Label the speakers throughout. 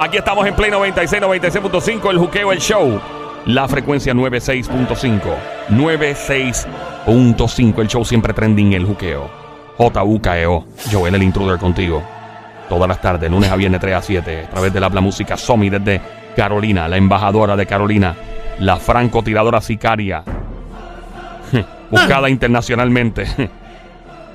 Speaker 1: Aquí estamos en Play 96, 96.5, el juqueo, el show. La frecuencia 96.5. 96.5, el show siempre trending, el juqueo. J-U-K-E-O. E Joel el intruder contigo. Todas las tardes, lunes a viernes 3 a 7, a través de la Habla Música Somi desde Carolina, la embajadora de Carolina, la francotiradora sicaria, buscada internacionalmente.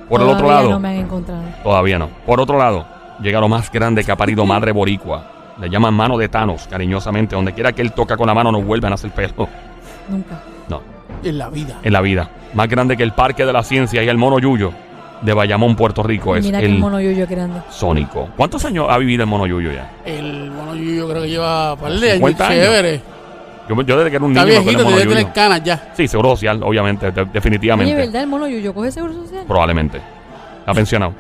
Speaker 1: Por el otro
Speaker 2: Ah.
Speaker 1: lado,
Speaker 2: Todavía No me han encontrado.
Speaker 1: Todavía no. Por otro lado, llega lo más grande que ha parido madre boricua. Le llaman mano de Thanos, cariñosamente. Donde quiera que él toca con la mano, no vuelven a hacer pelo.
Speaker 2: Nunca.
Speaker 1: No,
Speaker 3: En la vida.
Speaker 1: en la vida. Más grande que el Parque de la Ciencia y el Mono Yuyo de Bayamón, Puerto Rico. Es
Speaker 2: Mira que
Speaker 1: Pues el
Speaker 2: mono yoyo grande.
Speaker 1: Sónico. ¿Cuántos años ha vivido el Mono Yuyo ya?
Speaker 3: El mono Yuyo creo que lleva par de años.
Speaker 1: 50 años.
Speaker 3: Chévere.
Speaker 1: Yo, yo desde que era un
Speaker 3: Está
Speaker 1: niño me acuerdo
Speaker 3: viejito,
Speaker 1: del
Speaker 3: tiene que
Speaker 1: Mono
Speaker 3: tener
Speaker 1: Yuyo.
Speaker 3: canas ya.
Speaker 1: Sí, seguro social, obviamente, de-
Speaker 2: Oye,
Speaker 1: definitivamente.
Speaker 2: ¿verdad? El mono yoyo coge seguro social.
Speaker 1: Probablemente. Está pensionado.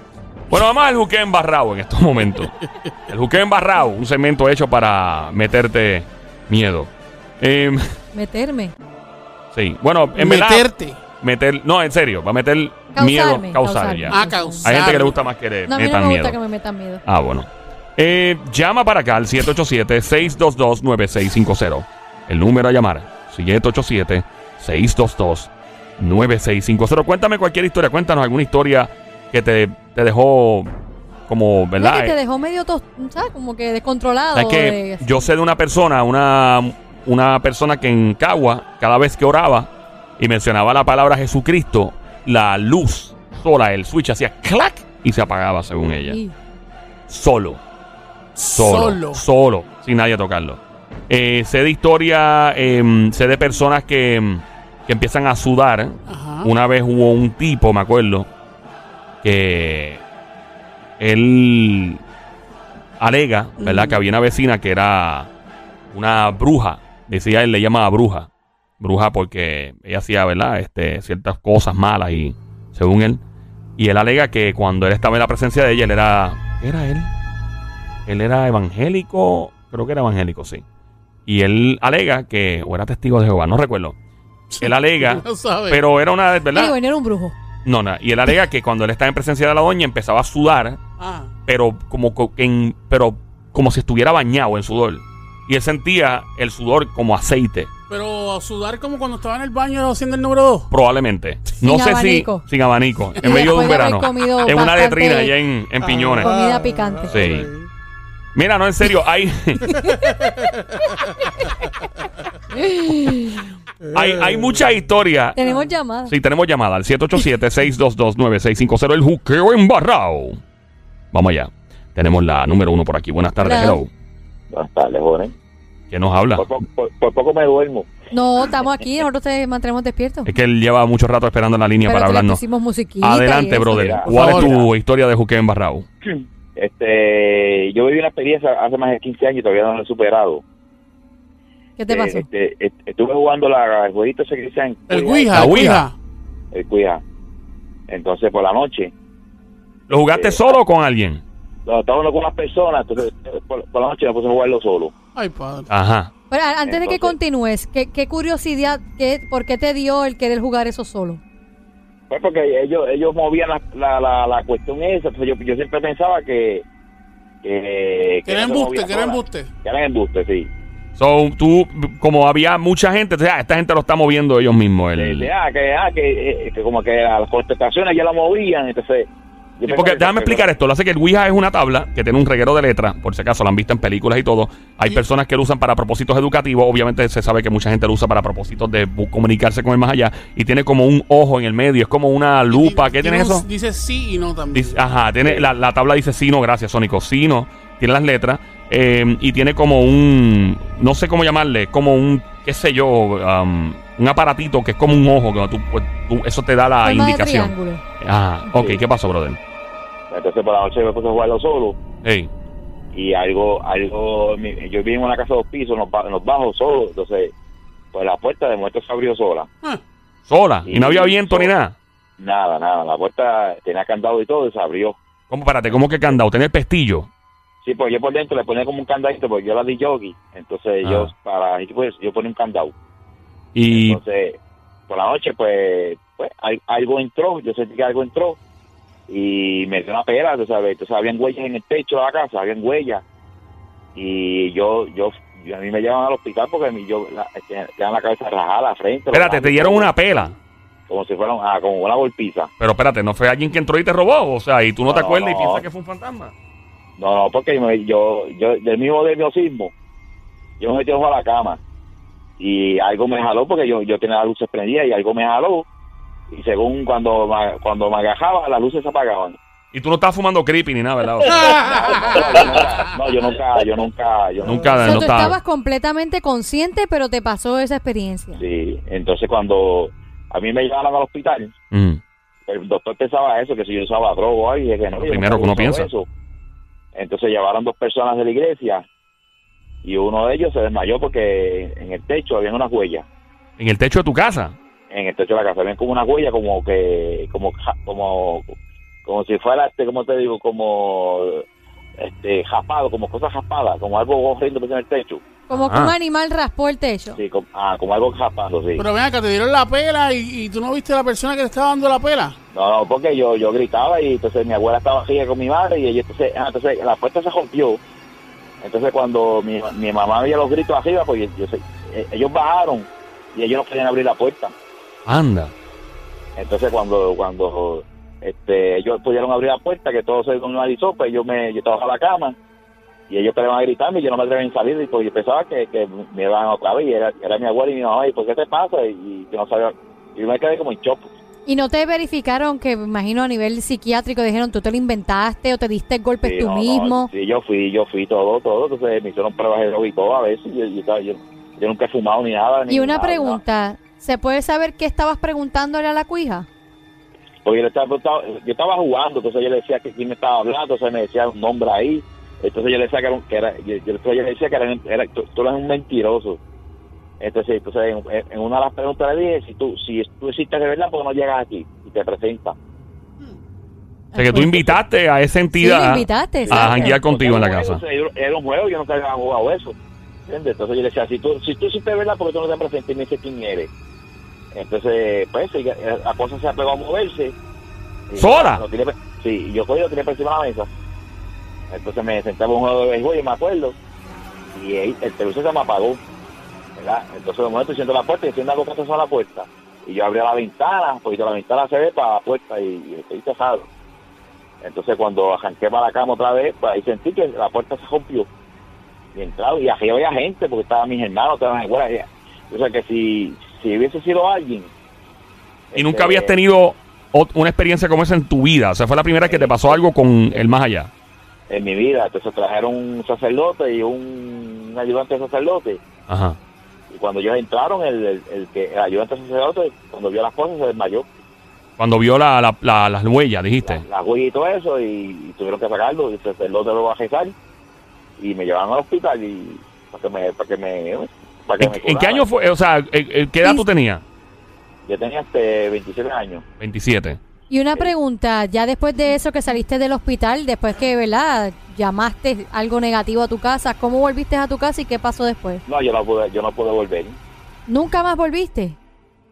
Speaker 1: Bueno, vamos al juque embarrado en estos momentos. El juque embarrado, un segmento hecho para meterte miedo. Em,
Speaker 2: Meterme.
Speaker 1: sí, bueno, en verdad.
Speaker 3: Meterte.
Speaker 1: Meter, no, en serio, va a meter
Speaker 2: Causarme,
Speaker 1: miedo, causar
Speaker 2: causarme.
Speaker 1: ya.
Speaker 2: Ah,
Speaker 3: A causar.
Speaker 1: Hay gente que le gusta más que le
Speaker 2: No, a mí no
Speaker 1: metan
Speaker 2: me
Speaker 1: miedo.
Speaker 2: gusta que me metan miedo.
Speaker 1: Ah, bueno. Eh, llama para acá al 787-622-9650. El número a llamar, 787-622-9650. Cuéntame cualquier historia, cuéntanos alguna historia que te, te dejó como,
Speaker 2: No, que
Speaker 1: ¿verdad?
Speaker 2: te dejó medio tos, ¿sabes? Como que descontrolado.
Speaker 1: Es que
Speaker 2: de-
Speaker 1: yo sé de una persona, una, una persona que en Cagua, cada vez que oraba y mencionaba la palabra Jesucristo, la luz sola, el switch hacía clac y se apagaba según ella.
Speaker 2: Sí.
Speaker 1: Solo. solo,
Speaker 3: Solo.
Speaker 1: solo, sin nadie tocarlo. Eh, sé de historia, em, sé de personas que, em, que empiezan a sudar.
Speaker 3: Ajá.
Speaker 1: Una vez hubo un tipo, me acuerdo, que él alega, ¿verdad? Que había una vecina que era una bruja. Decía él, le llamaba bruja. Bruja porque ella hacía, ¿verdad? Este, ciertas cosas malas y según él. Y él alega que cuando él estaba en la presencia de ella, él era... ¿qué era él? Él era evangélico, creo que era evangélico, sí. Y él alega que... O era testigo de Jehová, no recuerdo. Él alega...
Speaker 3: No sabe.
Speaker 1: Pero era una,
Speaker 2: Digo,
Speaker 1: ¿verdad?
Speaker 2: venía un brujo.
Speaker 1: No, no. Y él alega que cuando él estaba en presencia de la doña empezaba a sudar,
Speaker 3: Ah.
Speaker 1: pero como, co- en, pero como si estuviera bañado en sudor. Y él sentía el sudor como aceite,
Speaker 3: Pero a sudar como cuando estaba en el baño haciendo el número 2.
Speaker 1: probablemente. No
Speaker 2: Sin
Speaker 1: sé
Speaker 2: abanico.
Speaker 1: si sin abanico, en
Speaker 2: Y
Speaker 1: medio de un
Speaker 2: después de haber
Speaker 1: verano.
Speaker 2: comido
Speaker 1: En una
Speaker 2: bastante Ah.
Speaker 1: letrina allá en, en Piñones.
Speaker 2: Comida picante.
Speaker 1: Sí. Mira, no, en serio, hay, hay, hay mucha historia.
Speaker 2: Tenemos llamada.
Speaker 1: Ah. Sí, tenemos llamada al 787-622-9650. El juqueo embarrado. Vamos allá. Tenemos la número uno por aquí. Buenas tardes,
Speaker 2: Hola.
Speaker 1: hello.
Speaker 4: Buenas tardes, jóvenes.
Speaker 1: ¿Quién nos habla?
Speaker 4: Por, po- por- por poco me duermo.
Speaker 2: No, estamos aquí. Nosotros te mantenemos despiertos.
Speaker 1: Es que él lleva mucho rato esperando en la línea
Speaker 2: Pero
Speaker 1: para
Speaker 2: te le
Speaker 1: hablarnos.
Speaker 2: pusimos musiquita y
Speaker 1: Adelante,
Speaker 2: eso.
Speaker 1: brother.
Speaker 4: Mira, por
Speaker 1: ¿Cuál es
Speaker 3: favor.
Speaker 1: tu historia de juqueo embarrado?
Speaker 4: Este, yo viví una experiencia hace más de 15 años y todavía no la he superado.
Speaker 2: ¿Qué te
Speaker 4: Eh,
Speaker 2: pasó?
Speaker 4: este, est- estuve jugando la, el jueguito ese que dicen.
Speaker 3: El
Speaker 4: Cuija,
Speaker 3: Ouija.
Speaker 1: La ouija.
Speaker 3: El Ouija.
Speaker 4: El Cuija. Entonces, por la noche,
Speaker 1: ¿Lo jugaste
Speaker 4: Eh,
Speaker 1: solo o con alguien?
Speaker 4: no, estaba uno con unas personas, entonces eh, por, por la noche me puse a jugarlo solo.
Speaker 3: Ay, padre.
Speaker 1: Ajá.
Speaker 2: Pero a- antes de que
Speaker 4: entonces-
Speaker 2: continúes, ¿qué, qué curiosidad, qué, por qué te dio el querer jugar eso solo?
Speaker 4: Pues porque ellos ellos movían la, la, la, la cuestión esa, entonces yo, yo siempre pensaba que... Que,
Speaker 3: Que era
Speaker 4: no se
Speaker 3: embuste,
Speaker 4: movía
Speaker 3: que era
Speaker 4: sola.
Speaker 3: embuste.
Speaker 4: Que era embuste, sí.
Speaker 1: So, tú, como había mucha gente, o sea, esta gente lo está moviendo ellos mismos. El,
Speaker 4: Este, ah, que, ah, que, eh, que como que a las contestaciones ya la movían, entonces...
Speaker 1: Sí,
Speaker 4: yo
Speaker 1: porque
Speaker 4: pensaba que-
Speaker 1: déjame explicar esto. Lo hace que el Ouija es una tabla que tiene un reguero de letras. Por si acaso, la han visto en películas y todo. Hay personas que lo usan para propósitos educativos. Obviamente se sabe que mucha gente lo usa para propósitos de bu- comunicarse con el más allá. Y tiene como un ojo en el medio. Es como una lupa. ¿Qué tiene
Speaker 3: un-
Speaker 1: eso?
Speaker 3: Dice sí y no también.
Speaker 1: Dice- ah. ajá, tiene, la, la tabla dice Sino, gracias, Sónico. Sino, tiene las letras. eh, y tiene como un. No sé cómo llamarle. Como un. ¿Qué sé yo? um, un aparatito que es como un ojo. Que tú- pues, tú- eso te da la
Speaker 2: Forma de
Speaker 1: indicación.
Speaker 2: triángulo.
Speaker 1: Ajá. Ok,
Speaker 4: Sí.
Speaker 1: ¿qué pasó, brother?
Speaker 4: Entonces por la noche me puse a jugarlo solo
Speaker 1: Hey.
Speaker 4: y algo, algo, mi- yo viví en una casa de dos pisos, en los, ba- en los bajos solo, entonces pues la puerta de muerto se abrió sola.
Speaker 3: Ah,
Speaker 1: Sola. Y no había
Speaker 4: Sí,
Speaker 1: viento ni
Speaker 4: sola.
Speaker 1: nada.
Speaker 4: Nada, nada, la puerta tenía candado y todo y se abrió.
Speaker 1: ¿Cómo, espérate, ¿cómo que candado? Tenía el pestillo.
Speaker 4: Sí, pues yo por dentro le ponía como un candadito porque yo la di jockey, entonces
Speaker 1: Ah.
Speaker 4: yo para pues, yo ponía un candado.
Speaker 1: Y
Speaker 4: Entonces, por la noche, pues, pues al- algo entró, yo sentí que algo entró y me dio una pera, tú sabes, tú sabes, habían huellas en el techo de la casa, habían huellas. y yo, yo, yo- a mí me llevan al hospital porque a mí yo la, tenía tenía la cabeza rajada, la frente. los
Speaker 1: Espérate, te
Speaker 4: labios,
Speaker 1: dieron
Speaker 4: como-
Speaker 1: una pela.
Speaker 4: Como si fuera un- ah, como una golpiza.
Speaker 1: Pero espérate, ¿no fue alguien que entró y te robó? O sea, y tú no te
Speaker 4: No,
Speaker 1: acuerdas y
Speaker 4: no.
Speaker 1: piensas que fue un fantasma.
Speaker 4: No, no, porque yo, yo, yo- del mismo nerviosismo, yo me metí ojo a la cama y algo me jaló porque yo, yo tenía las luces prendidas y algo me jaló y según cuando, me- cuando me agajaba, las luces se apagaban.
Speaker 1: Y tú no estabas fumando creepy ni nada, ¿verdad? O sea,
Speaker 4: No, yo nunca, yo nunca, yo nunca.
Speaker 1: nunca,
Speaker 2: O sea,
Speaker 1: Ah, no
Speaker 2: tú
Speaker 1: estaba-
Speaker 2: estabas completamente consciente, pero te pasó esa experiencia.
Speaker 4: Sí, entonces cuando a mí me llevaron al hospital,
Speaker 1: Mm.
Speaker 4: el doctor pensaba eso, que si yo usaba droga o algo, y dije que no.
Speaker 1: Lo
Speaker 4: yo
Speaker 1: primero
Speaker 4: nunca
Speaker 1: que uno
Speaker 4: uso
Speaker 1: piensa.
Speaker 4: eso. Entonces llevaron dos personas de la iglesia y uno de ellos se desmayó porque en el techo había unas huellas.
Speaker 1: En el techo de tu casa.
Speaker 4: En el techo de la casa había como una huella como que, como, ja- como, como si fuera, este, como te digo, como, este, japado, como cosas jaspadas, como algo horrible que en el techo.
Speaker 2: Como que
Speaker 1: Ah.
Speaker 2: un animal raspó el techo.
Speaker 4: Sí, como, ah, como algo japado, sí.
Speaker 3: Pero ven acá, te dieron la pela y, y tú no viste a la persona que te estaba dando la pela.
Speaker 4: No, no, porque yo, yo gritaba y entonces mi abuela estaba aquí con mi madre y ella entonces, ah, entonces la puerta se rompió. Entonces cuando mi, mi mamá veía los gritos arriba, pues yo- yo sé- eh, ellos bajaron y ellos no querían abrir la puerta.
Speaker 1: Anda.
Speaker 4: Entonces cuando cuando este, ellos pudieron abrir la puerta, que todo se normalizó, pues yo me yo estaba a la cama y ellos empezaron a gritarme y yo no me atreví a salir y pues yo pensaba que, que me iban a clavar y era, era mi abuela y mi mamá y ¿por qué te pasa? Y, y yo no sabía, y yo me quedé como en shock.
Speaker 2: Y no te verificaron que, me imagino, a nivel psiquiátrico dijeron, tú te lo inventaste o te diste golpes
Speaker 4: Sí,
Speaker 2: Pues, tú
Speaker 4: no, no,
Speaker 2: mismo.
Speaker 4: sí, yo fui, yo fui todo, todo. Entonces me hicieron pruebas de droga y todo a veces. Yo, yo, estaba- yo, yo nunca he fumado ni nada. ni
Speaker 2: y una
Speaker 4: nada, ni nada.
Speaker 2: pregunta, ¿se puede saber qué estabas preguntándole a la cuija?
Speaker 4: Porque yo, le estaba, preguntando- yo estaba jugando, entonces yo le decía que quién me estaba hablando, entonces me decía un nombre ahí. Entonces yo le decía que era, un- que era- yo, yo- entonces yo le decía que era, era- tú, tú eres un mentiroso. Entonces, entonces en, en una de las preguntas le dije, si tú, si tú existes de verdad, ¿por qué no llegas aquí y te presentas?
Speaker 1: O sea, que tú invitaste a esa
Speaker 2: Pues, Sí, lo
Speaker 1: entidad
Speaker 2: invitaste.
Speaker 1: a
Speaker 2: exacto.
Speaker 1: janguear Ah, contigo en la
Speaker 4: Era un
Speaker 1: casa.
Speaker 4: juego, o sea, Era un juego, yo nunca había jugado eso. ¿Entiendes? Entonces yo le decía, si tú, si tú hiciste verdad, porque tú no te presentes y me dices quién eres? Entonces, pues, sí, eh, la cosa se apegó a moverse. Y
Speaker 1: ¿Sola?
Speaker 4: lo tiré pe- sí, y yo cogí y lo tiré por encima de la mesa. Entonces me sentaba un juego de béisbol, yo me acuerdo. Y ahí el televisor se me apagó. ¿verdad? Entonces, de momento, siento la puerta y siento algo que pasó a la puerta. Y yo abría la ventana, porque la ventana se ve para la puerta y, y estoy cerrado. Entonces cuando arranqué para la cama otra vez, pues ahí sentí que la puerta se rompió. Y entraba, y aquí había gente, porque estaban mis hermanos, estaban mis abuelas. O sea que si, si hubiese sido alguien...
Speaker 1: Y nunca
Speaker 4: este,
Speaker 1: habías tenido ot- una experiencia como esa en tu vida. O sea, fue la primera que te pasó algo con el más allá.
Speaker 4: En mi vida, entonces trajeron un sacerdote y un, un ayudante de sacerdote.
Speaker 1: Ajá.
Speaker 4: Y cuando ellos entraron, el, el, el que, el ayudante de sacerdote, cuando vio las cosas, se desmayó.
Speaker 1: Cuando vio la, la- la- las huellas, dijiste.
Speaker 4: la, la huella y todo eso y, y tuvieron que sacarlo y el sacerdote lo va a rezar y me llevaron al hospital y para que me para que me para que
Speaker 1: ¿En,
Speaker 4: me
Speaker 1: en qué
Speaker 4: curaran.
Speaker 1: año fue? O sea, ¿en- en ¿qué edad tú tenías?
Speaker 4: yo tenía este 27 años
Speaker 1: 27.
Speaker 2: Y una pregunta, ya después de eso que saliste del hospital, después que, ¿verdad? Llamaste algo negativo a tu casa, ¿cómo volviste a tu casa y qué pasó después?
Speaker 4: no yo no pude yo no pude volver
Speaker 2: ¿Nunca más volviste?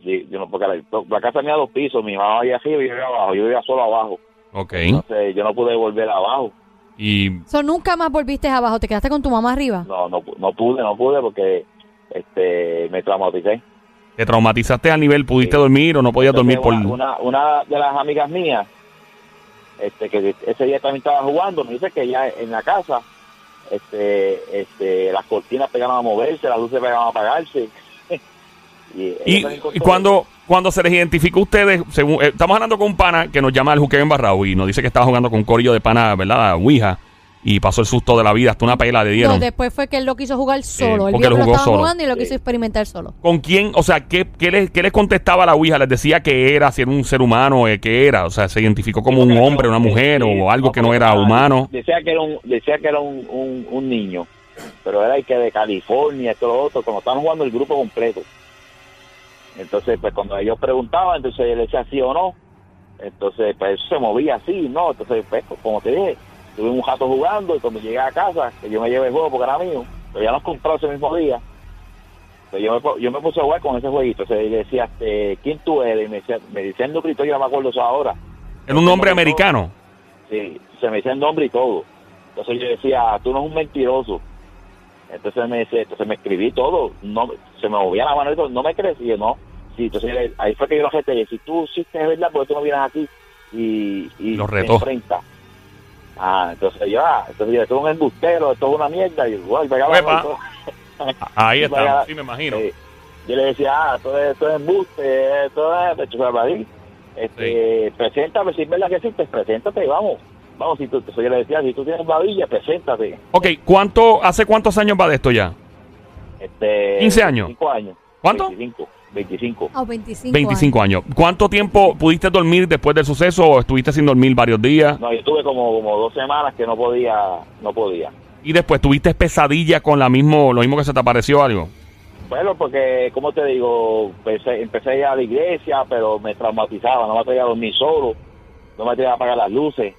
Speaker 4: yo, yo no porque la, la casa tenía dos pisos mi mamá vivía arriba y yo vivía abajo yo vivía solo abajo
Speaker 1: Ok.
Speaker 4: entonces yo no pude volver abajo
Speaker 1: Y
Speaker 2: O sea, nunca más volviste abajo, te quedaste con tu mamá arriba.
Speaker 4: no no pu- no pude no pude porque este me traumaticé
Speaker 1: te traumatizaste a nivel, pudiste
Speaker 4: Sí.
Speaker 1: dormir o no podías dormir por...
Speaker 4: Entonces, una, una, una de las amigas mías, este, que ese día también estaba jugando, me dice que ya en la casa, este, este, las cortinas pegaban a moverse, las luces pegaban a apagarse. y, ella
Speaker 1: Y,
Speaker 4: también contó
Speaker 1: y cuando, cuando se les identificó a ustedes, según, eh, estamos hablando con un pana que nos llama el Juqueo Embarrado y nos dice que estaba jugando con un corillo de pana, ¿verdad? Ouija. Y pasó el susto de la vida, hasta una pela le
Speaker 2: No,
Speaker 1: dieron.
Speaker 2: después fue que él lo quiso jugar solo. él
Speaker 1: porque
Speaker 2: vio
Speaker 1: lo
Speaker 2: que lo
Speaker 1: jugó
Speaker 2: estaban
Speaker 1: solo.
Speaker 2: jugando y lo
Speaker 4: Sí.
Speaker 2: quiso experimentar solo.
Speaker 1: ¿Con quién? O sea, ¿qué, qué les, qué les contestaba la Ouija? ¿Les decía que era, si era un ser humano, eh, qué era? O sea, ¿se identificó como un hombre, una mujer
Speaker 4: Sí,
Speaker 1: o algo que no
Speaker 4: porque
Speaker 1: era humano?
Speaker 4: Decía que era un, decía que era un, un, un niño, pero era el que de California, esto lo otro, cuando estaban jugando el grupo completo. Entonces, pues cuando ellos preguntaban, entonces él decía sí o no. Entonces, pues eso se movía así, ¿no? Entonces, pues, como te dije, tuve un jato jugando y cuando llegué a casa, que yo me llevé el juego porque era mío, pero ya nos compró ese mismo día. Entonces, yo me, pu- yo me puse a jugar con ese jueguito. Entonces, él decía, este, ¿quién tú eres? Y me decía, me decía el nucleo, yo no me acuerdo eso ahora.
Speaker 1: ¿Era un hombre
Speaker 4: Porque no-
Speaker 1: americano?
Speaker 4: Sí, se me decía el nombre y todo. Entonces yo decía, tú no eres un mentiroso. Entonces me dice, entonces me escribí todo, no, se me movía la mano y todo, no me crees, y yo, no. Sí, entonces le- ahí fue que yo lo gente y si tú hiciste es verdad, porque tú no vienes aquí y, y
Speaker 1: Lo
Speaker 4: te
Speaker 1: retó.
Speaker 4: enfrentas. Ah, entonces yo, ah, entonces yo, esto es un embustero, esto es una mierda, y yo, "Guau, y pegaba
Speaker 1: Uepa.
Speaker 4: la mano y todo.
Speaker 1: Ah, Ahí
Speaker 4: Sí,
Speaker 1: está,
Speaker 4: vaya. eh,
Speaker 1: sí, me imagino.
Speaker 4: Sí. Yo le decía, ah, todo es, todo es embuste, todo es pecho salvadí. Este, Preséntame, si es verdad que existes, preséntate y vamos. Vamos, si tú, eso yo le decía, si tú tienes babilla, preséntate.
Speaker 1: Ok, ¿cuánto, ¿hace cuántos años va de esto ya?
Speaker 4: Este,
Speaker 1: 15 años.
Speaker 4: 25 años.
Speaker 1: ¿Cuánto?
Speaker 4: 25. 25.
Speaker 2: A 25.
Speaker 1: 25 años. ¿Cuánto tiempo pudiste dormir después del suceso o estuviste sin dormir varios días?
Speaker 4: No, yo tuve como, como dos semanas que no podía, no podía.
Speaker 1: Y después tuviste pesadilla con la mismo, lo mismo que se te apareció algo.
Speaker 4: Bueno, porque, como te digo, empecé, empecé a ir a la iglesia, pero me traumatizaba, no me atrevía a dormir solo, no me atrevía a apagar las luces.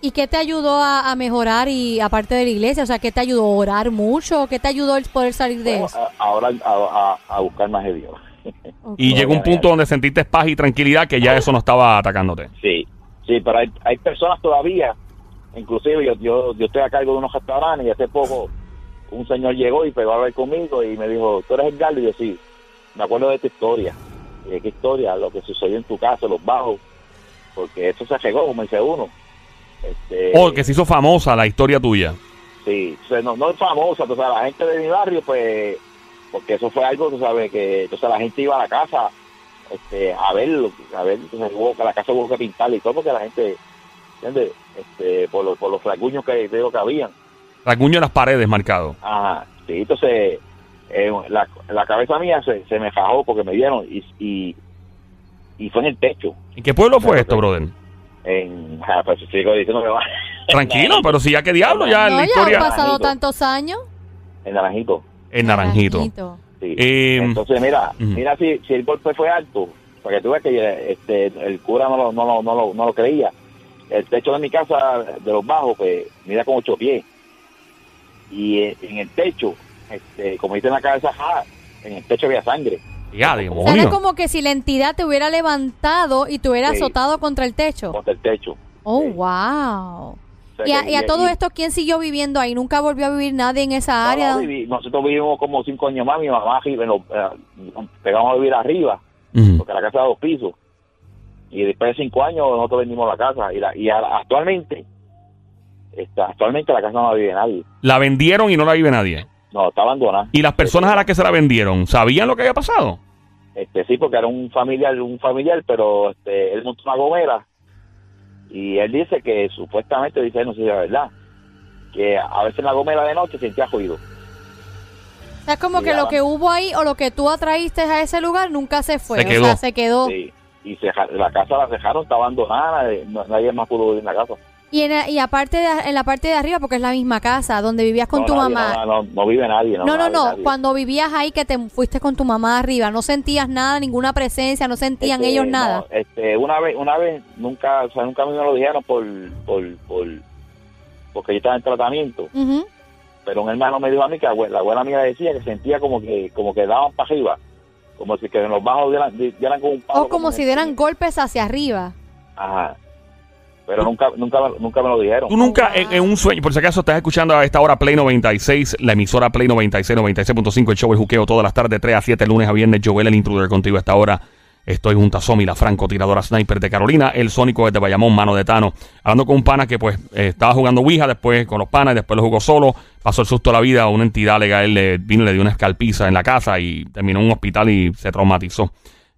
Speaker 2: ¿Y qué te ayudó a, a mejorar y aparte de la iglesia? O sea, ¿qué te ayudó a orar mucho? ¿Qué te ayudó el poder salir de
Speaker 4: Bueno,
Speaker 2: eso?
Speaker 4: a- ahora a, a- a buscar más de Dios.
Speaker 1: Y
Speaker 2: Ok.
Speaker 1: llegó un punto donde sentiste paz y tranquilidad que ya eso no estaba atacándote.
Speaker 4: Sí, sí, pero hay, hay personas todavía, inclusive yo, yo, yo estoy a cargo de unos restaurantes y hace poco un señor llegó y pegó a hablar conmigo y me dijo, ¿tú eres el gallo? Y yo sí, me acuerdo de tu historia. Y de qué historia, lo que sucedió en tu casa, los bajos, porque eso se llegó, como dice uno. Este,
Speaker 1: O que se hizo famosa la historia tuya.
Speaker 4: Sí, o sea, no, no es famosa, o sea, la gente de mi barrio, pues, porque eso fue algo, tú sabes, que o sea, la gente iba a la casa este, a verlo, a ver, entonces hubo que la casa hubo que pintarla y todo, porque la gente, ¿entiendes? Este, por, los, por los rasguños que te digo que habían.
Speaker 1: Raguño en las paredes marcado.
Speaker 4: Ajá, sí, entonces eh, la, la cabeza mía se, se me fajó porque me dieron y, y, y fue en el techo.
Speaker 1: ¿En qué pueblo fue
Speaker 4: Claro,
Speaker 1: esto,
Speaker 4: sí.
Speaker 1: brother?
Speaker 4: En, ja, pues sigo diciendo que va.
Speaker 1: Tranquilo, pero si ya que diablo, ya en
Speaker 2: No,
Speaker 1: la
Speaker 2: ya han
Speaker 1: historia.
Speaker 2: pasado
Speaker 4: Naranjito.
Speaker 2: tantos años.
Speaker 4: En Naranjito.
Speaker 1: En naranjito.
Speaker 4: Sí.
Speaker 1: Eh,
Speaker 4: Entonces, mira,
Speaker 1: ujú.
Speaker 4: mira si, si el golpe fue alto, porque tú ves que eh, este, el cura no lo, no, lo, no, lo, no lo creía. El techo de mi casa, de los bajos, pues mira con ocho pies. Y eh, en el techo, este, como dice en la cabeza, ja, en el techo había sangre.
Speaker 1: Ya,
Speaker 2: O sea, era
Speaker 1: demonio.
Speaker 2: como que si la entidad te hubiera levantado y te hubiera
Speaker 4: Sí.
Speaker 2: azotado contra el techo.
Speaker 4: contra el techo.
Speaker 2: Oh,
Speaker 4: Sí.
Speaker 2: wow.
Speaker 4: O sea
Speaker 2: Y a,
Speaker 4: que-
Speaker 2: y a todo
Speaker 4: y-
Speaker 2: esto, ¿quién siguió viviendo ahí? ¿Nunca volvió a vivir nadie en
Speaker 4: no,
Speaker 2: esa
Speaker 4: no,
Speaker 2: área?
Speaker 4: viví- nosotros vivimos como cinco años más, mi mamá arriba, en los- eh, pegamos a vivir arriba.
Speaker 1: Ujú.
Speaker 4: porque la casa era dos pisos. Y después de cinco años nosotros vendimos la casa y, la, y a- actualmente está, actualmente la casa no la vive nadie.
Speaker 1: La vendieron y no la vive nadie.
Speaker 4: No, está abandonada.
Speaker 1: Y las personas a las que se la vendieron, ¿sabían lo que había pasado?
Speaker 4: Este sí, porque era un familiar, un familiar, pero este, él montó una gomera y él dice que supuestamente dice, no sé si es verdad, que a veces en la gomera de noche sentía ruido.
Speaker 2: O sea, es como
Speaker 4: Sí,
Speaker 2: que lo
Speaker 4: ya.
Speaker 2: que hubo ahí o lo que tú atraíste a ese lugar nunca se fue.
Speaker 1: Se
Speaker 2: O
Speaker 1: quedó.
Speaker 2: sea, se quedó.
Speaker 4: Sí. Y se ja- la casa la dejaron, está abandonada, eh, no- nadie más pudo vivir en la casa.
Speaker 2: Y, en, y aparte de- en la parte de arriba, porque es la misma casa donde vivías con
Speaker 4: No,
Speaker 2: tu
Speaker 4: nadie,
Speaker 2: mamá.
Speaker 4: No, no, no vive nadie. No,
Speaker 2: No, no,
Speaker 4: nadie,
Speaker 2: no.
Speaker 4: nadie.
Speaker 2: Cuando vivías ahí, que te fuiste con tu mamá arriba, no sentías nada, ninguna presencia, no sentían
Speaker 4: Este,
Speaker 2: ellos
Speaker 4: no,
Speaker 2: nada.
Speaker 4: este, una vez, una vez, nunca, o sea, nunca a mí me lo dijeron por, por, por, porque yo estaba en tratamiento,
Speaker 2: Ujú.
Speaker 4: pero un hermano me dijo a mí que la abuela, la abuela mía decía que sentía como que, como que daban para arriba, como si que en los bajos dieran, dieran como un palo.
Speaker 2: O como si dieran golpes hacia arriba.
Speaker 4: Ajá. Pero nunca, nunca, nunca me lo dijeron.
Speaker 1: Tú nunca
Speaker 2: Wow.
Speaker 1: en, en un sueño, por si acaso estás escuchando a esta hora Play 96, la emisora Play 96, 96.5, el show El Juqueo, todas las tardes, 3 a 7, lunes a viernes, Joel el Intruder contigo a esta hora. Estoy junto a Somi, la francotiradora sniper de Carolina, el sónico desde Bayamón, mano de Tano. Hablando con un pana que pues eh, estaba jugando Ouija, después con los panas, después lo jugó solo, pasó el susto de la vida, una entidad legal le vino y le dio una escalpiza en la casa y terminó en un hospital y se traumatizó.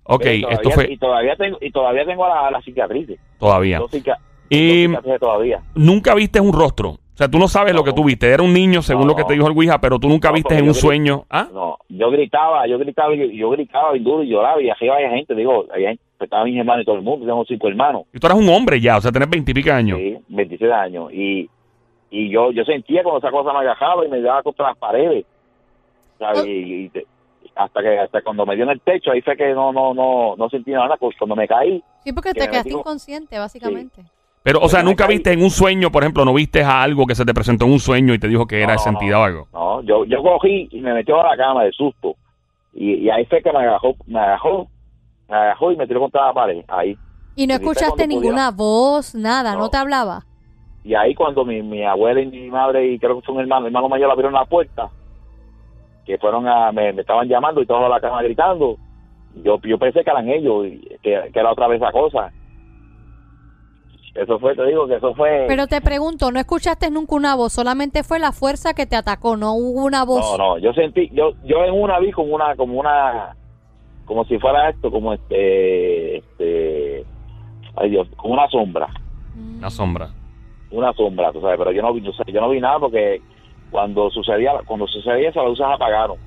Speaker 1: Ok,
Speaker 4: Pero todavía-
Speaker 1: esto
Speaker 4: Y
Speaker 1: fue
Speaker 4: todavía tengo, y todavía tengo la- las cicatrices.
Speaker 1: todavía.
Speaker 4: Dos cica-
Speaker 1: Y-
Speaker 4: dos cicatrices todavía.
Speaker 1: nunca viste un rostro. O sea, tú no sabes lo que tú viste. Era un niño, según lo que te dijo el Ouija, pero tú nunca
Speaker 4: No,
Speaker 1: viste
Speaker 4: porque
Speaker 1: en
Speaker 4: yo
Speaker 1: un
Speaker 4: gri-
Speaker 1: sueño. ¿Ah?
Speaker 4: No, yo gritaba, yo gritaba, yo, yo gritaba y duro y lloraba y arriba había gente, digo, había gente, estaban mis hermanos y todo el mundo, tengo cinco hermanos,
Speaker 1: Y tú eras un hombre ya, o sea, tenés veintipica años.
Speaker 4: sí, 26 años y, y yo yo sentía cuando esa cosa me agajaba y me daba contra las paredes, ¿sabes? Y, y te- hasta que hasta cuando me dio en el techo ahí fue que no no no no sentí nada, pues cuando me caí,
Speaker 2: Sí, porque
Speaker 4: Que
Speaker 2: te
Speaker 4: me
Speaker 2: quedaste
Speaker 4: digo-
Speaker 2: inconsciente, básicamente.
Speaker 1: Pero, o sea,
Speaker 4: Pero me
Speaker 1: nunca
Speaker 4: caí.
Speaker 1: viste en un sueño, por ejemplo, no viste a algo que se te presentó en un sueño y te dijo que era
Speaker 4: No,
Speaker 1: esa
Speaker 4: no.
Speaker 1: entidad o algo.
Speaker 4: no, yo yo cogí y me metió a la cama de susto y, y ahí fue que me agajó, me agajó, me agajó y me tiró contra la pared, ahí
Speaker 2: Y no
Speaker 4: Sí, viste
Speaker 2: escuchaste
Speaker 4: cuando
Speaker 2: ninguna voz, nada, no.
Speaker 4: No.
Speaker 2: te hablaba.
Speaker 4: Y ahí cuando mi, mi abuela y mi madre y creo que fue un hermano, hermano mayor abrieron la puerta, que fueron a, me, me estaban llamando y todos a la cama gritando. Yo, yo pensé que eran ellos, y que, que era otra vez esa cosa. Eso fue, te digo que eso fue...
Speaker 2: Pero te pregunto, ¿no escuchaste nunca una voz? Solamente fue la fuerza que te atacó, no hubo una voz.
Speaker 4: No, no, yo sentí, yo, yo en una vi como una, como una, como si fuera esto, como este, este, ay Dios, como una sombra,
Speaker 2: Mm.
Speaker 1: Una sombra.
Speaker 4: una sombra, tú sabes, pero yo no vi, yo, sé- yo no vi nada porque cuando sucedía, cuando sucedía eso, las luces apagaron.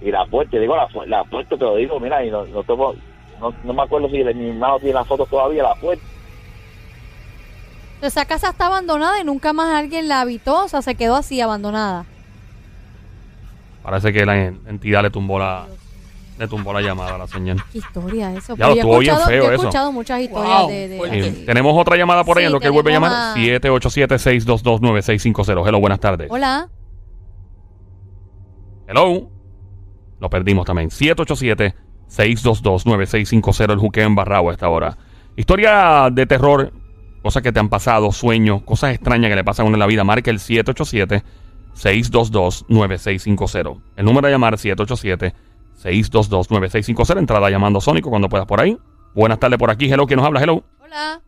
Speaker 4: Y la puerta, te digo la, fu- la puerta, te lo digo, mira, y no, no, te puedo- no, no me acuerdo si mi hermano tiene las fotos todavía, la puerta.
Speaker 2: Entonces, esa casa está abandonada y nunca más alguien la habitó, o sea, se quedó así abandonada.
Speaker 1: Parece que la en- entidad le tumbó la, le tumbó la llamada a la señal.
Speaker 2: Qué historia eso.
Speaker 1: Ya lo
Speaker 2: Pero yo he
Speaker 1: estuvo bien
Speaker 2: escuchado-
Speaker 1: feo
Speaker 2: yo he
Speaker 1: eso.
Speaker 2: escuchado muchas historias
Speaker 3: Wow,
Speaker 2: de... de-
Speaker 3: fuerte.
Speaker 1: Eh,
Speaker 2: de-
Speaker 1: tenemos otra llamada por ahí
Speaker 2: Sí,
Speaker 1: en lo que él vuelve a
Speaker 2: tenemos
Speaker 1: llamar.
Speaker 2: a-
Speaker 1: 787-622-9650. Hello, buenas tardes.
Speaker 2: Hola.
Speaker 1: Hello. Lo perdimos también. 787-622-9650. El juqueo en Barrao a esta hora. Historia de terror. Cosas que te han pasado, sueños, cosas extrañas que le pasan a uno en la vida. Marca el 787-622-9650. El número a llamar 787-622-9650. Entrada llamando Sónico cuando puedas por ahí. Buenas tardes por aquí. Hello, ¿quién nos habla? Hello.
Speaker 2: Hola.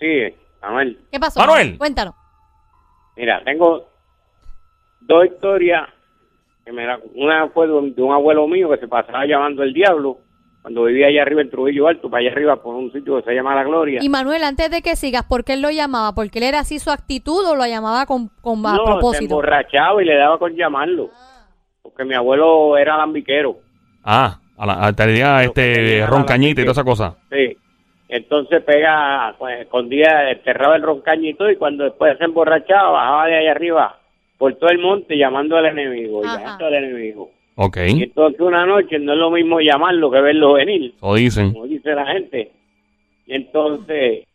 Speaker 5: Sí, Manuel.
Speaker 2: ¿Qué pasó?
Speaker 1: Manuel.
Speaker 2: Cuéntanos.
Speaker 5: Mira, tengo dos historias. Que me la- una fue de un, de un abuelo mío que se pasaba llamando el diablo cuando vivía allá arriba en Trujillo Alto, para allá arriba por un sitio que se llama La Gloria.
Speaker 2: Y Manuel, antes de que sigas, ¿por qué él lo llamaba? ¿Porque él era así su actitud o lo llamaba con, con a
Speaker 5: no, se
Speaker 2: propósito?
Speaker 5: emborrachaba y le daba con llamarlo. Porque mi abuelo era alambiquero.
Speaker 1: Ah, a la, a- te diría, este
Speaker 5: tenía
Speaker 1: roncañita y
Speaker 5: la-
Speaker 1: toda esa cosa.
Speaker 5: Sí. Entonces pega, pues, escondía, enterraba el roncaño y todo, y cuando después se emborrachaba, bajaba de allá arriba por todo el monte llamando al enemigo, y
Speaker 2: Ajá.
Speaker 5: llamando al enemigo.
Speaker 1: Ok.
Speaker 5: Y entonces una noche no es lo mismo llamarlo que verlo venir,
Speaker 1: Eso dicen.
Speaker 5: como dice la gente. Y entonces,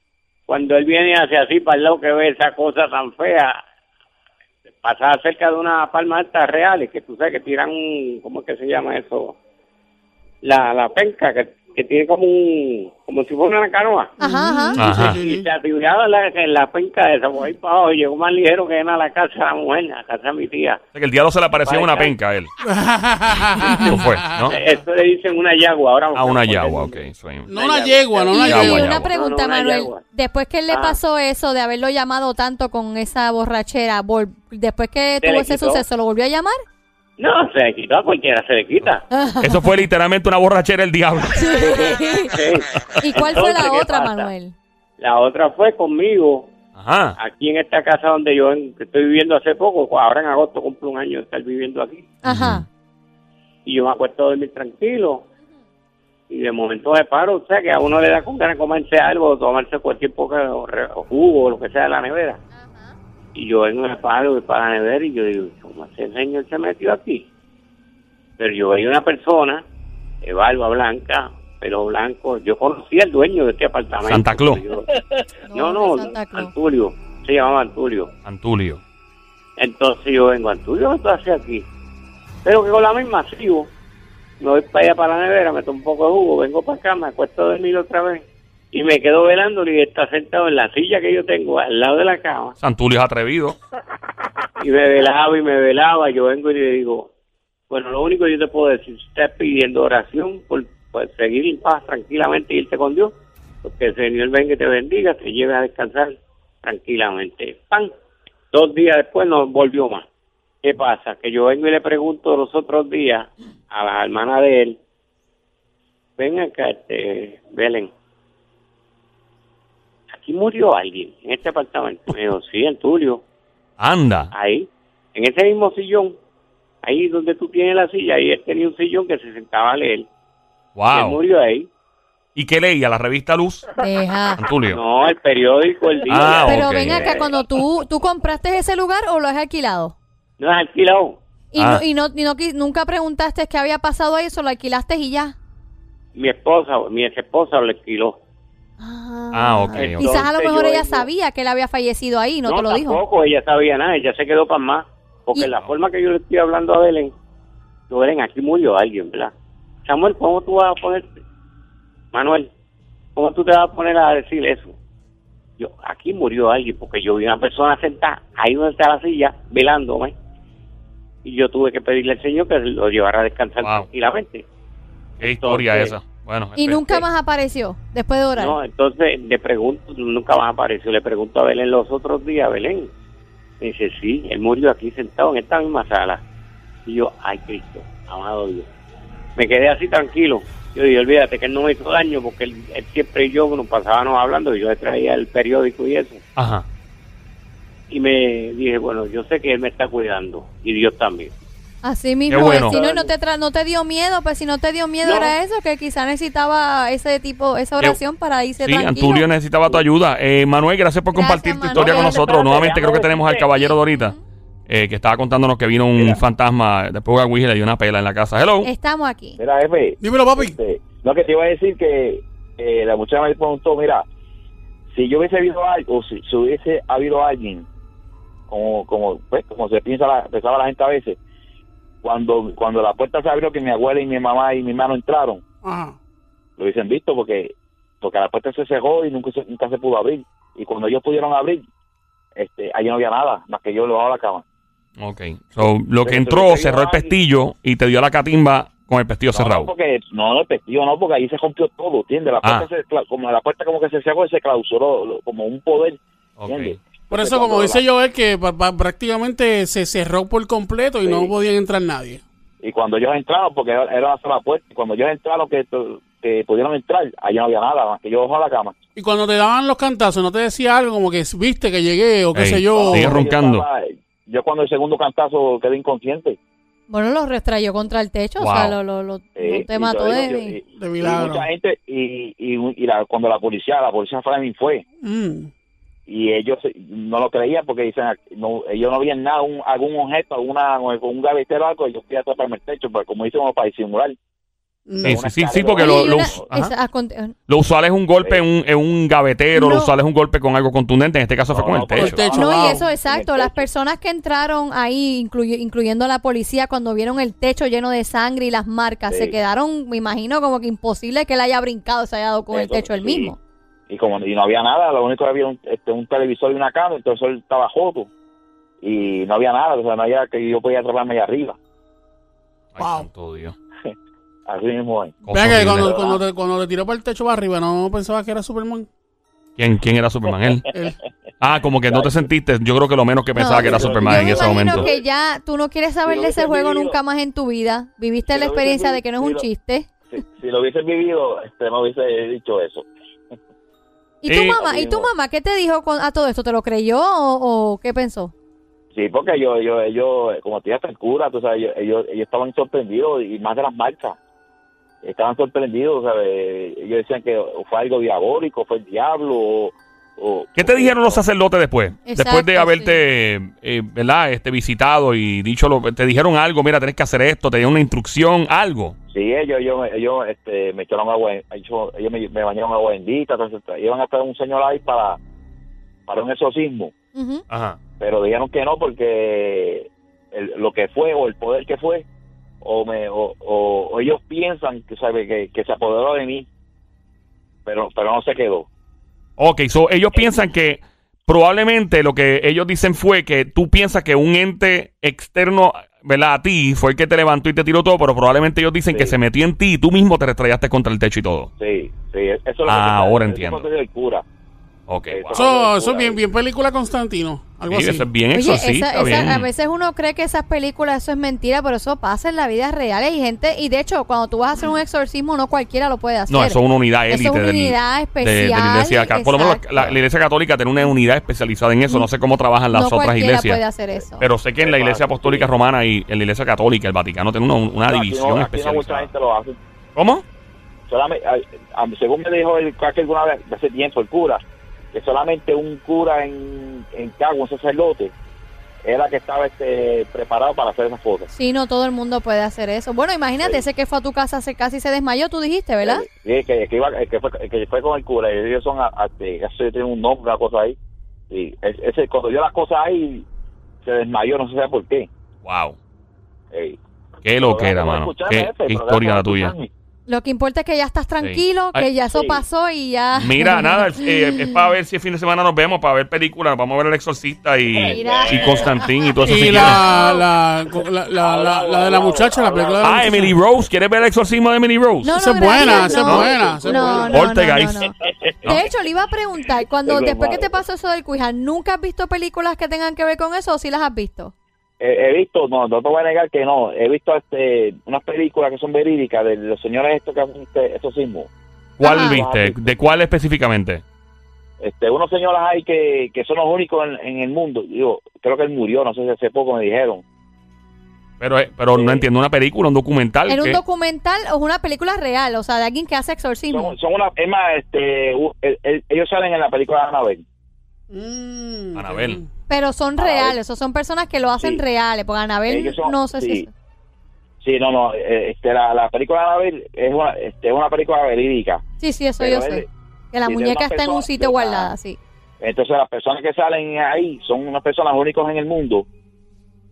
Speaker 5: cuando él viene hacia así para el lado que ve esa cosa tan fea, pasaba cerca de una palma de estas reales, que tú sabes que tiran un, ¿cómo es que se llama eso? La, la penca, que, que tiene como un, como si fuera una canoa.
Speaker 2: Ajá, ajá.
Speaker 1: Ajá.
Speaker 3: Sí, sí,
Speaker 5: Y
Speaker 3: sí.
Speaker 5: se atribuyaba la, en la penca de esa, por ahí para abajo, y llegó más ligero que nada a la casa de la mujer, a la casa de mi tía.
Speaker 1: O sea, que el diablo se le apareció en una
Speaker 5: Vaya.
Speaker 1: penca a él. Eso fue, ¿no?
Speaker 5: Esto le dicen una yagua ahora.
Speaker 1: A Ah, una yagua, ok. eso es.
Speaker 3: No una yegua, no
Speaker 2: Y,
Speaker 3: una
Speaker 1: Yagua,
Speaker 2: y
Speaker 1: yagua.
Speaker 3: yegua.
Speaker 2: una pregunta,
Speaker 5: No, no, una
Speaker 2: Manuel.
Speaker 5: yagua.
Speaker 2: Después que le
Speaker 5: Ah.
Speaker 2: pasó eso de haberlo llamado tanto con esa borrachera, vol- después que
Speaker 5: Se
Speaker 2: tuvo
Speaker 5: le
Speaker 2: ese
Speaker 5: quitó.
Speaker 2: suceso, ¿lo volvió a llamar?
Speaker 5: No, se le quitó a cualquiera, se le quita.
Speaker 1: Eso fue literalmente una borrachera el diablo.
Speaker 5: Sí.
Speaker 2: ¿Y cuál fue
Speaker 5: Entonces,
Speaker 2: la
Speaker 5: ¿qué
Speaker 2: otra,
Speaker 5: pasa?
Speaker 2: Manuel?
Speaker 5: La otra fue conmigo,
Speaker 1: Ajá.
Speaker 5: aquí en esta casa donde yo en- que estoy viviendo hace poco, ahora en agosto cumplo un año de estar viviendo aquí.
Speaker 2: Ajá.
Speaker 5: Y yo me acuesto a dormir tranquilo. Y de momento me paro, o sea, que a uno le da con ganas de comerse algo o tomarse cualquier poca o re- o jugo o lo que sea de la nevera. Y yo vengo me paro, voy para la nevera y yo digo, ¿cómo ese señor se metió aquí? Pero yo veía una persona de barba blanca, pelo blanco. Yo conocía al dueño de este apartamento.
Speaker 1: Santa Claus.
Speaker 5: Yo- no, no,
Speaker 2: Santa Claus.
Speaker 5: Antulio. Se llamaba Antulio.
Speaker 1: Antulio.
Speaker 5: Entonces yo vengo, Antulio, ¿qué tú haces aquí? Pero que con la misma sigo. Me voy para allá, para la nevera, me tomo un poco de jugo, vengo para acá, me acuesto a dormir otra vez. Y me quedo velando y está sentado en la silla que yo tengo al lado de la cama.
Speaker 1: Santulio es atrevido.
Speaker 5: Y me velaba y me velaba. Yo vengo y le digo, bueno, lo único que yo te puedo decir, si estás pidiendo oración por, por seguir en paz tranquilamente y irte con Dios, porque el Señor venga y te bendiga, te lleve a descansar tranquilamente. ¡Pam! Dos días después no volvió más. ¿Qué pasa? Que yo vengo y le pregunto los otros días a la hermana de él, ven acá, este, Belén, aquí murió alguien en este apartamento. Me dijo, sí, Antulio
Speaker 1: Anda.
Speaker 5: ahí, en ese mismo sillón, ahí donde tú tienes la silla, ahí él tenía un sillón que se sentaba a leer. Él
Speaker 1: Wow.
Speaker 5: murió ahí.
Speaker 1: ¿Y qué leía? ¿La revista Luz?
Speaker 2: Deja.
Speaker 1: Antulio.
Speaker 5: No, el periódico, el día.
Speaker 1: Ah,
Speaker 2: Pero
Speaker 1: ok.
Speaker 2: ven acá, cuando tú, tú compraste ese lugar o lo has alquilado?
Speaker 5: No es alquilado.
Speaker 2: Y,
Speaker 1: Ah.
Speaker 2: no, y, no, y no qui- nunca preguntaste qué había pasado ahí, eso lo alquilaste y ya.
Speaker 5: Mi esposa, mi ex esposa lo alquiló.
Speaker 1: Ah, ok.
Speaker 5: Entonces,
Speaker 1: ok.
Speaker 2: Quizás a lo mejor
Speaker 5: yo
Speaker 2: ella
Speaker 5: digo-
Speaker 2: sabía que él había fallecido ahí y no, te lo dijo.
Speaker 5: tampoco ella sabía nada, ella se quedó para más. Porque
Speaker 2: Y-
Speaker 5: la forma que yo le estoy hablando a Belén, yo, Belén, aquí murió alguien, ¿verdad? Samuel, ¿cómo tú vas a ponerte? Manuel, ¿cómo tú te vas a poner a decir eso? Yo, aquí murió alguien, porque yo vi una persona sentada ahí donde está la silla, velándome. y yo tuve que pedirle al Señor que lo llevara a descansar
Speaker 1: Wow.
Speaker 5: tranquilamente.
Speaker 1: Qué historia
Speaker 5: Entonces-
Speaker 1: esa. Bueno,
Speaker 2: Y
Speaker 1: este-
Speaker 2: nunca más apareció después de orar.
Speaker 5: No, entonces le pregunto, nunca más apareció, le pregunto a Belén los otros días, Belén. Me dice, sí, él murió aquí sentado en esta misma sala. Y yo, ay Cristo, amado Dios. Me quedé así tranquilo. Yo dije, olvídate que él no me hizo daño porque él, él siempre y yo nos pasábamos hablando y yo le traía el periódico y eso.
Speaker 1: Ajá.
Speaker 5: Y me dije, bueno, yo sé que él me está cuidando y Dios también.
Speaker 2: Así mismo,
Speaker 1: Qué bueno.
Speaker 2: es. si no, no te tra- no te dio miedo, pues si no te dio miedo
Speaker 5: No.
Speaker 2: era eso, que quizá necesitaba ese tipo, esa
Speaker 1: Qué-
Speaker 2: oración para irse
Speaker 1: Sí,
Speaker 2: tranquilo.
Speaker 1: Anturio necesitaba tu ayuda. Eh, Manuel, gracias por
Speaker 2: Gracias,
Speaker 1: compartir tu
Speaker 2: Manuel.
Speaker 1: historia con
Speaker 2: Espérate,
Speaker 1: nosotros.
Speaker 5: espérate,
Speaker 1: Nuevamente creo que
Speaker 5: déjame
Speaker 1: tenemos al
Speaker 5: decirte.
Speaker 1: caballero de ahorita, eh, que estaba contándonos que vino un fantasma después de Ouija y le dio una pela en la casa. Hello.
Speaker 2: Estamos aquí.
Speaker 4: Mira, jefe,
Speaker 3: Dímelo, papi.
Speaker 4: este, lo que te iba a decir que eh, la muchacha me preguntó, mira, si yo hubiese habido algo, o si, si hubiese habido alguien, como como pues, como se piensa la, pensaba la gente a veces, cuando cuando la puerta se abrió que mi abuela y mi mamá y mi hermano entraron,
Speaker 3: Ajá.
Speaker 4: lo hubiesen visto porque porque la puerta se cerró y nunca se, nunca se pudo abrir y cuando ellos pudieron abrir, este, allí no había nada más que yo lo a la cama.
Speaker 1: Ok. So, lo que
Speaker 4: Pero
Speaker 1: entró,
Speaker 4: te dio
Speaker 1: cerró el
Speaker 4: ahí.
Speaker 1: pestillo y te dio la catimba con el pestillo
Speaker 4: No,
Speaker 1: cerrado.
Speaker 4: No, porque, no, no, el pestillo no, porque ahí se rompió todo, ¿entiendes? La puerta,
Speaker 1: Ah.
Speaker 4: se cla- como, la puerta como que se cerró y se clausuró, lo- como un poder,
Speaker 1: Ok.
Speaker 4: ¿entiendes?
Speaker 3: Por
Speaker 4: Entonces,
Speaker 3: eso, como
Speaker 4: Este cuando
Speaker 3: dice
Speaker 4: la-
Speaker 3: Joel, que pa- pa- prácticamente se cerró por completo y
Speaker 4: Sí.
Speaker 3: no podían entrar nadie.
Speaker 4: Y cuando ellos entraron, porque era era una sola puerta, y cuando ellos entraron, que, to- que pudieron entrar, allá no había nada, más que yo bajo a la cama.
Speaker 3: Y cuando te daban los cantazos, ¿no te decía algo como que viste que llegué o qué
Speaker 1: Ey,
Speaker 3: sé yo?
Speaker 1: sigue
Speaker 4: Yo
Speaker 1: roncando.
Speaker 4: estaba- yo cuando el segundo cantazo quedé inconsciente.
Speaker 2: Bueno, lo restrayó contra el techo, o sea,
Speaker 1: Wow.
Speaker 2: lo, lo, lo-
Speaker 4: eh,
Speaker 2: lo te
Speaker 4: y
Speaker 2: mató
Speaker 4: yo-
Speaker 2: de...
Speaker 4: yo-
Speaker 2: de-
Speaker 4: y-
Speaker 3: De
Speaker 4: y
Speaker 3: milagro.
Speaker 4: mucha gente, y, y, y la- cuando la policía, la policía Fleming fue,
Speaker 3: Mm.
Speaker 4: y ellos no lo creían porque dicen no, ellos no veían nada un, algún objeto alguna un gavetero o algo ellos querían taparme el techo pero como dicen para disimular
Speaker 3: Mm.
Speaker 1: Sí, sí, sí, sí, porque
Speaker 2: Oye,
Speaker 1: lo,
Speaker 2: y
Speaker 1: lo
Speaker 2: una-
Speaker 1: us- ajá.
Speaker 2: esa- acon-
Speaker 1: Lo usual es un golpe en un, en un gavetero,
Speaker 2: No.
Speaker 1: lo usual es un golpe con algo contundente, en este caso fue
Speaker 4: No,
Speaker 1: con el
Speaker 4: no, por
Speaker 1: techo.
Speaker 3: techo.
Speaker 2: No,
Speaker 3: wow.
Speaker 2: y eso exacto.
Speaker 4: Ah, En el
Speaker 2: Las
Speaker 4: techo.
Speaker 2: personas que entraron ahí, incluy- incluyendo a la policía, cuando vieron el techo lleno de sangre y las marcas,
Speaker 4: Sí.
Speaker 2: se quedaron, me imagino, como que imposible que él haya brincado, se haya dado con el
Speaker 4: Entonces,
Speaker 2: techo él
Speaker 4: sí.
Speaker 2: mismo.
Speaker 4: y como y no había nada lo único que había un, este, un televisor y una cama entonces él estaba joto y no había nada o sea no había que yo podía atraparme allá arriba
Speaker 1: Ay,
Speaker 3: Wow.
Speaker 1: santo Dios.
Speaker 4: así mismo es.
Speaker 1: Cosa
Speaker 3: Vea que
Speaker 1: horrible.
Speaker 3: cuando, cuando, te, cuando te tiró para el techo para arriba, no pensabas que era Superman.
Speaker 1: ¿Quién, quién era Superman? Él.
Speaker 3: Él.
Speaker 1: Ah, como que no te sentiste. Yo creo que lo menos que pensaba
Speaker 2: No,
Speaker 1: que era
Speaker 4: yo-
Speaker 1: Superman
Speaker 2: Yo
Speaker 1: en
Speaker 2: me
Speaker 1: ese
Speaker 2: imagino
Speaker 1: momento.
Speaker 2: que ya tú no quieres saber
Speaker 4: lo
Speaker 2: de ese
Speaker 4: hubiese
Speaker 2: juego
Speaker 4: vivido-
Speaker 2: nunca más en tu vida. Viviste
Speaker 4: Si
Speaker 2: la
Speaker 4: lo hubiese
Speaker 2: experiencia de que no es un
Speaker 4: vivido-
Speaker 2: chiste.
Speaker 4: si, si lo hubiesen vivido este no hubiese dicho eso
Speaker 2: ¿Y tu
Speaker 1: Eh,
Speaker 2: mamá? ¿Y tu
Speaker 4: mismo.
Speaker 2: mamá qué te dijo con- a todo esto? ¿Te lo creyó o, o qué pensó?
Speaker 4: sí porque yo yo ellos como tía hasta el cura tú sabes ellos, ellos, ellos estaban sorprendidos y más de las marcas estaban sorprendidos ¿sabes? ellos decían que fue algo diabólico fue el diablo o, o-
Speaker 1: ¿Qué te dijeron los
Speaker 4: o-
Speaker 1: sacerdotes después?
Speaker 2: Exacto,
Speaker 1: después de haberte, eh, ¿verdad? Este, visitado y dicho, lo, te dijeron algo, mira, tenés que hacer esto, te dieron una instrucción, algo.
Speaker 4: Sí, ellos, ellos, ellos este, me echaron agua, ellos, ellos me, me bañaron agua bendita, entonces tra- iban a traer un señor ahí para, para un exorcismo,
Speaker 2: Ujú.
Speaker 1: Ajá.
Speaker 4: pero dijeron que no porque el- lo que fue o el poder que fue, o, me, o, o- o ellos piensan que, sabe, que, que se apoderó de mí, pero, pero no se quedó.
Speaker 1: Ok, so ellos piensan que probablemente lo que ellos dicen fue que tú piensas que un ente externo, ¿verdad? A ti fue el que te levantó y te tiró todo, pero probablemente ellos dicen
Speaker 4: Sí.
Speaker 1: que se metió en ti y tú mismo te retrayaste contra el techo y todo.
Speaker 4: Sí, sí, eso es lo que...
Speaker 1: Ah, ahora
Speaker 4: eso
Speaker 1: entiendo.
Speaker 4: fue lo que dijo el cura.
Speaker 1: Ok, wow.
Speaker 4: Una
Speaker 3: Eso,
Speaker 4: locura,
Speaker 3: eso es bien,
Speaker 4: eh.
Speaker 3: bien película Constantino. Algo
Speaker 1: Sí,
Speaker 3: así.
Speaker 1: eso es bien
Speaker 2: Oye,
Speaker 1: exorcista,
Speaker 2: esa- esa-
Speaker 1: bien.
Speaker 2: a veces uno cree que esas películas, eso es mentira, pero eso pasa en la vida real. Hay gente, y de hecho, cuando tú vas a hacer un exorcismo, no cualquiera lo puede hacer.
Speaker 1: No, eso es una unidad
Speaker 2: Eso es
Speaker 1: élite
Speaker 2: una
Speaker 1: del-
Speaker 2: unidad
Speaker 1: de- de la
Speaker 2: especial,
Speaker 1: iglesia. ca- Por lo menos
Speaker 2: exacto.
Speaker 1: la, la iglesia católica tiene una unidad especializada en eso. No sé cómo trabajan las
Speaker 2: no
Speaker 1: otras
Speaker 2: cualquiera puede
Speaker 1: iglesias.
Speaker 2: hacer eso.
Speaker 1: Pero sé que en la iglesia
Speaker 4: Exacto,
Speaker 1: apostólica
Speaker 4: sí.
Speaker 1: romana y en la iglesia católica, el Vaticano, tiene una, una
Speaker 4: No, aquí no-
Speaker 1: división
Speaker 4: aquí no mucha
Speaker 1: especializada.
Speaker 4: gente lo hace.
Speaker 1: ¿Cómo?
Speaker 4: solamente, a- a- según me dijo el aquel una vez hace tiempo el cura, que solamente un cura en, en Cagua, un sacerdote, era que estaba este, preparado para hacer esas cosas.
Speaker 2: Sí, no todo el mundo puede hacer eso. Bueno, imagínate,
Speaker 4: Sí.
Speaker 2: ese que fue a tu casa se casi se desmayó, tú dijiste, ¿verdad?
Speaker 4: Eh, Sí, que, que, iba- que, fue, que fue con el cura, y ellos son, a- a- que eso tiene un nombre, una cosa ahí. Y es- ese, cuando yo las cosas ahí, se desmayó, no sé por qué.
Speaker 1: Wow.
Speaker 4: Eh,
Speaker 1: Qué
Speaker 4: pero
Speaker 1: loquera,
Speaker 4: gracias por
Speaker 1: mano.
Speaker 4: escucharme,
Speaker 1: Qué
Speaker 4: jefe, pero
Speaker 1: historia la
Speaker 4: gracias por
Speaker 1: tuya.
Speaker 4: escucharme.
Speaker 2: Lo que importa es que ya estás tranquilo, que
Speaker 1: Ay,
Speaker 2: ya eso
Speaker 5: sí.
Speaker 2: pasó y ya.
Speaker 1: Mira, nada, es, eh, es para ver si el fin de semana nos vemos, para ver películas, vamos a ver El Exorcista y,
Speaker 2: Mira.
Speaker 1: y Constantín y todo eso. si
Speaker 3: Y
Speaker 1: quieres.
Speaker 3: la, la, la, la, la, la de la muchacha, la película de la
Speaker 1: Ah,
Speaker 3: muchacha.
Speaker 1: Emily Rose, ¿quieres ver El Exorcismo de Emily Rose?
Speaker 2: No, no,
Speaker 3: Esa es
Speaker 2: gracias,
Speaker 3: buena, esa es
Speaker 2: no.
Speaker 3: buena, esa es
Speaker 2: No, no,
Speaker 3: buena.
Speaker 2: no,
Speaker 1: Ortega,
Speaker 2: no,
Speaker 1: guys.
Speaker 2: no.
Speaker 1: No.
Speaker 2: De hecho, le iba a preguntar, cuando
Speaker 4: Es lo
Speaker 2: después que
Speaker 4: malo.
Speaker 2: te pasó eso del Cuija, ¿nunca has visto películas que tengan que ver con eso o si las has visto?
Speaker 4: Eh, He, he visto, no, no te voy a negar que no. He visto este, unas películas que son verídicas de los señores estos que hacen este, estos sismos.
Speaker 1: ¿Cuál
Speaker 4: Ah,
Speaker 2: Ajá.
Speaker 1: viste? ¿De cuál específicamente?
Speaker 4: Este, unos señores ahí que, que son los únicos en, en el mundo. Digo, creo que él murió, no sé si hace poco me dijeron.
Speaker 1: Pero, eh, pero no
Speaker 4: Sí.
Speaker 1: entiendo, una película, un documental.
Speaker 2: ¿Era un
Speaker 1: ¿qué?
Speaker 2: documental o una película real? O sea, de alguien que hace exorcismo.
Speaker 4: Son, son una, es más, este, u- el- el- ellos salen en la película de Annabelle.
Speaker 3: Mm,
Speaker 1: Anabel.
Speaker 3: ok.
Speaker 2: Pero son
Speaker 4: Ah,
Speaker 2: reales, o son personas que lo hacen
Speaker 4: Sí.
Speaker 2: reales, porque Anabel
Speaker 4: Ellos son-
Speaker 2: no sé si...
Speaker 4: sí. Sí, no, no, eh, este, la, la película de Annabelle es una, este, es una película verídica.
Speaker 2: Sí, sí, eso yo
Speaker 4: Pero
Speaker 2: sé.
Speaker 4: es-
Speaker 2: Que la
Speaker 4: sí, de
Speaker 2: muñeca
Speaker 4: una
Speaker 2: está en un
Speaker 4: persona-
Speaker 2: sitio
Speaker 4: de una-
Speaker 2: guardada, sí.
Speaker 4: Entonces las personas que salen ahí son unas personas únicas en el mundo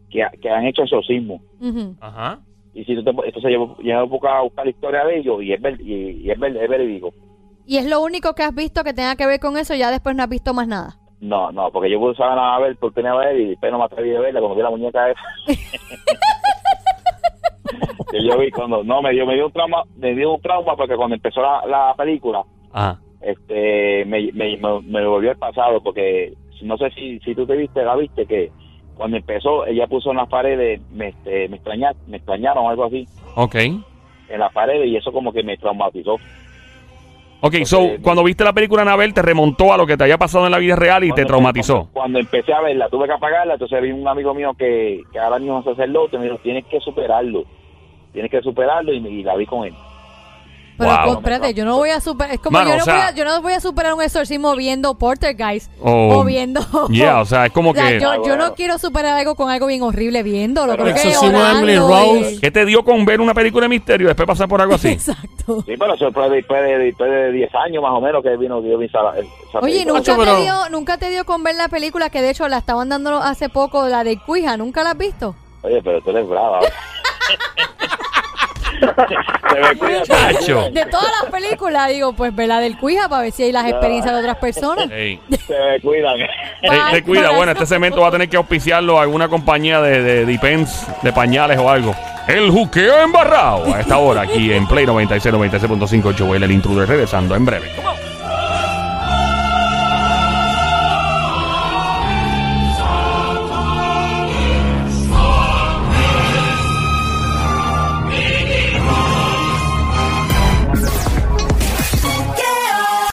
Speaker 4: que, ha- que han hecho exorcismo.
Speaker 2: Ujú.
Speaker 1: Ajá.
Speaker 4: Y si tú te, entonces yo, yo he buscado buscar la historia de ellos y es, ver- y, y es, ver- es verídico.
Speaker 2: Y es lo único que has visto que tenga que ver con eso, ya después no has visto más nada.
Speaker 4: No, no, porque yo puse a Annabelle por primera vez y después no me atreví a verla cuando vi la muñeca esa. que yo vi cuando, no, me dio, me dio un trauma, me dio un trauma porque cuando empezó la, la película,
Speaker 1: Ajá.
Speaker 4: este me, me, me, me volvió al pasado porque no sé si, si tú te viste la viste que cuando empezó ella puso en las paredes me, este, me, extraña, me extrañaron algo así
Speaker 1: Ok.
Speaker 4: en las paredes y eso como que me traumatizó
Speaker 1: Ok, so,
Speaker 4: Ok.
Speaker 1: cuando viste la película Anabel, te remontó a lo que te había pasado en la vida real y te
Speaker 4: Cuando-
Speaker 1: traumatizó.
Speaker 4: cuando, cuando empecé a verla tuve que apagarla entonces vi un amigo mío que, que ahora mismo es sacerdote me dijo tienes que superarlo tienes que superarlo y, y la vi con él
Speaker 2: Pero
Speaker 1: Wow.
Speaker 2: pues, espérate, yo no voy a superar. Es como
Speaker 1: Mano,
Speaker 2: yo, no
Speaker 1: o sea-
Speaker 2: voy a, yo no voy a superar un exorcismo viendo Poltergeist
Speaker 1: Oh,
Speaker 2: o viendo.
Speaker 1: Yeah, o sea, es como
Speaker 2: O sea,
Speaker 1: que.
Speaker 2: yo, yo no quiero superar algo con algo bien horrible viéndolo.
Speaker 4: Pero
Speaker 2: creo que
Speaker 3: Exorcismo de Emily
Speaker 2: orando y-
Speaker 3: Rose.
Speaker 1: ¿Qué te dio con ver una película de misterio y después pasar por algo así?
Speaker 2: Exacto.
Speaker 4: sí pero eso fue después de, después de 10 años más o menos que vino yo vi esa, esa
Speaker 2: Oye,
Speaker 4: película.
Speaker 2: ¿nunca,
Speaker 3: Ocho, pero-
Speaker 2: te dio, nunca te dio con ver la película que de hecho la estaban dando hace poco, la de Cuija. ¿Nunca la has visto?
Speaker 4: Oye, pero tú eres brava. Se me cuida.
Speaker 1: ¡Cacho!
Speaker 2: De todas las películas, digo, pues ver la del Cuija para ver si hay las experiencias de otras personas.
Speaker 1: Ey.
Speaker 4: Se me cuidan.
Speaker 1: Ey,
Speaker 2: Bye,
Speaker 1: te cuida,
Speaker 2: corazón.
Speaker 1: bueno, este cemento va a tener que auspiciarlo a alguna compañía de, de, de pens, de pañales o algo. El juqueo embarrado a esta hora aquí en Play 96, 96.5 Joel, el intruder, regresando en breve. Come on.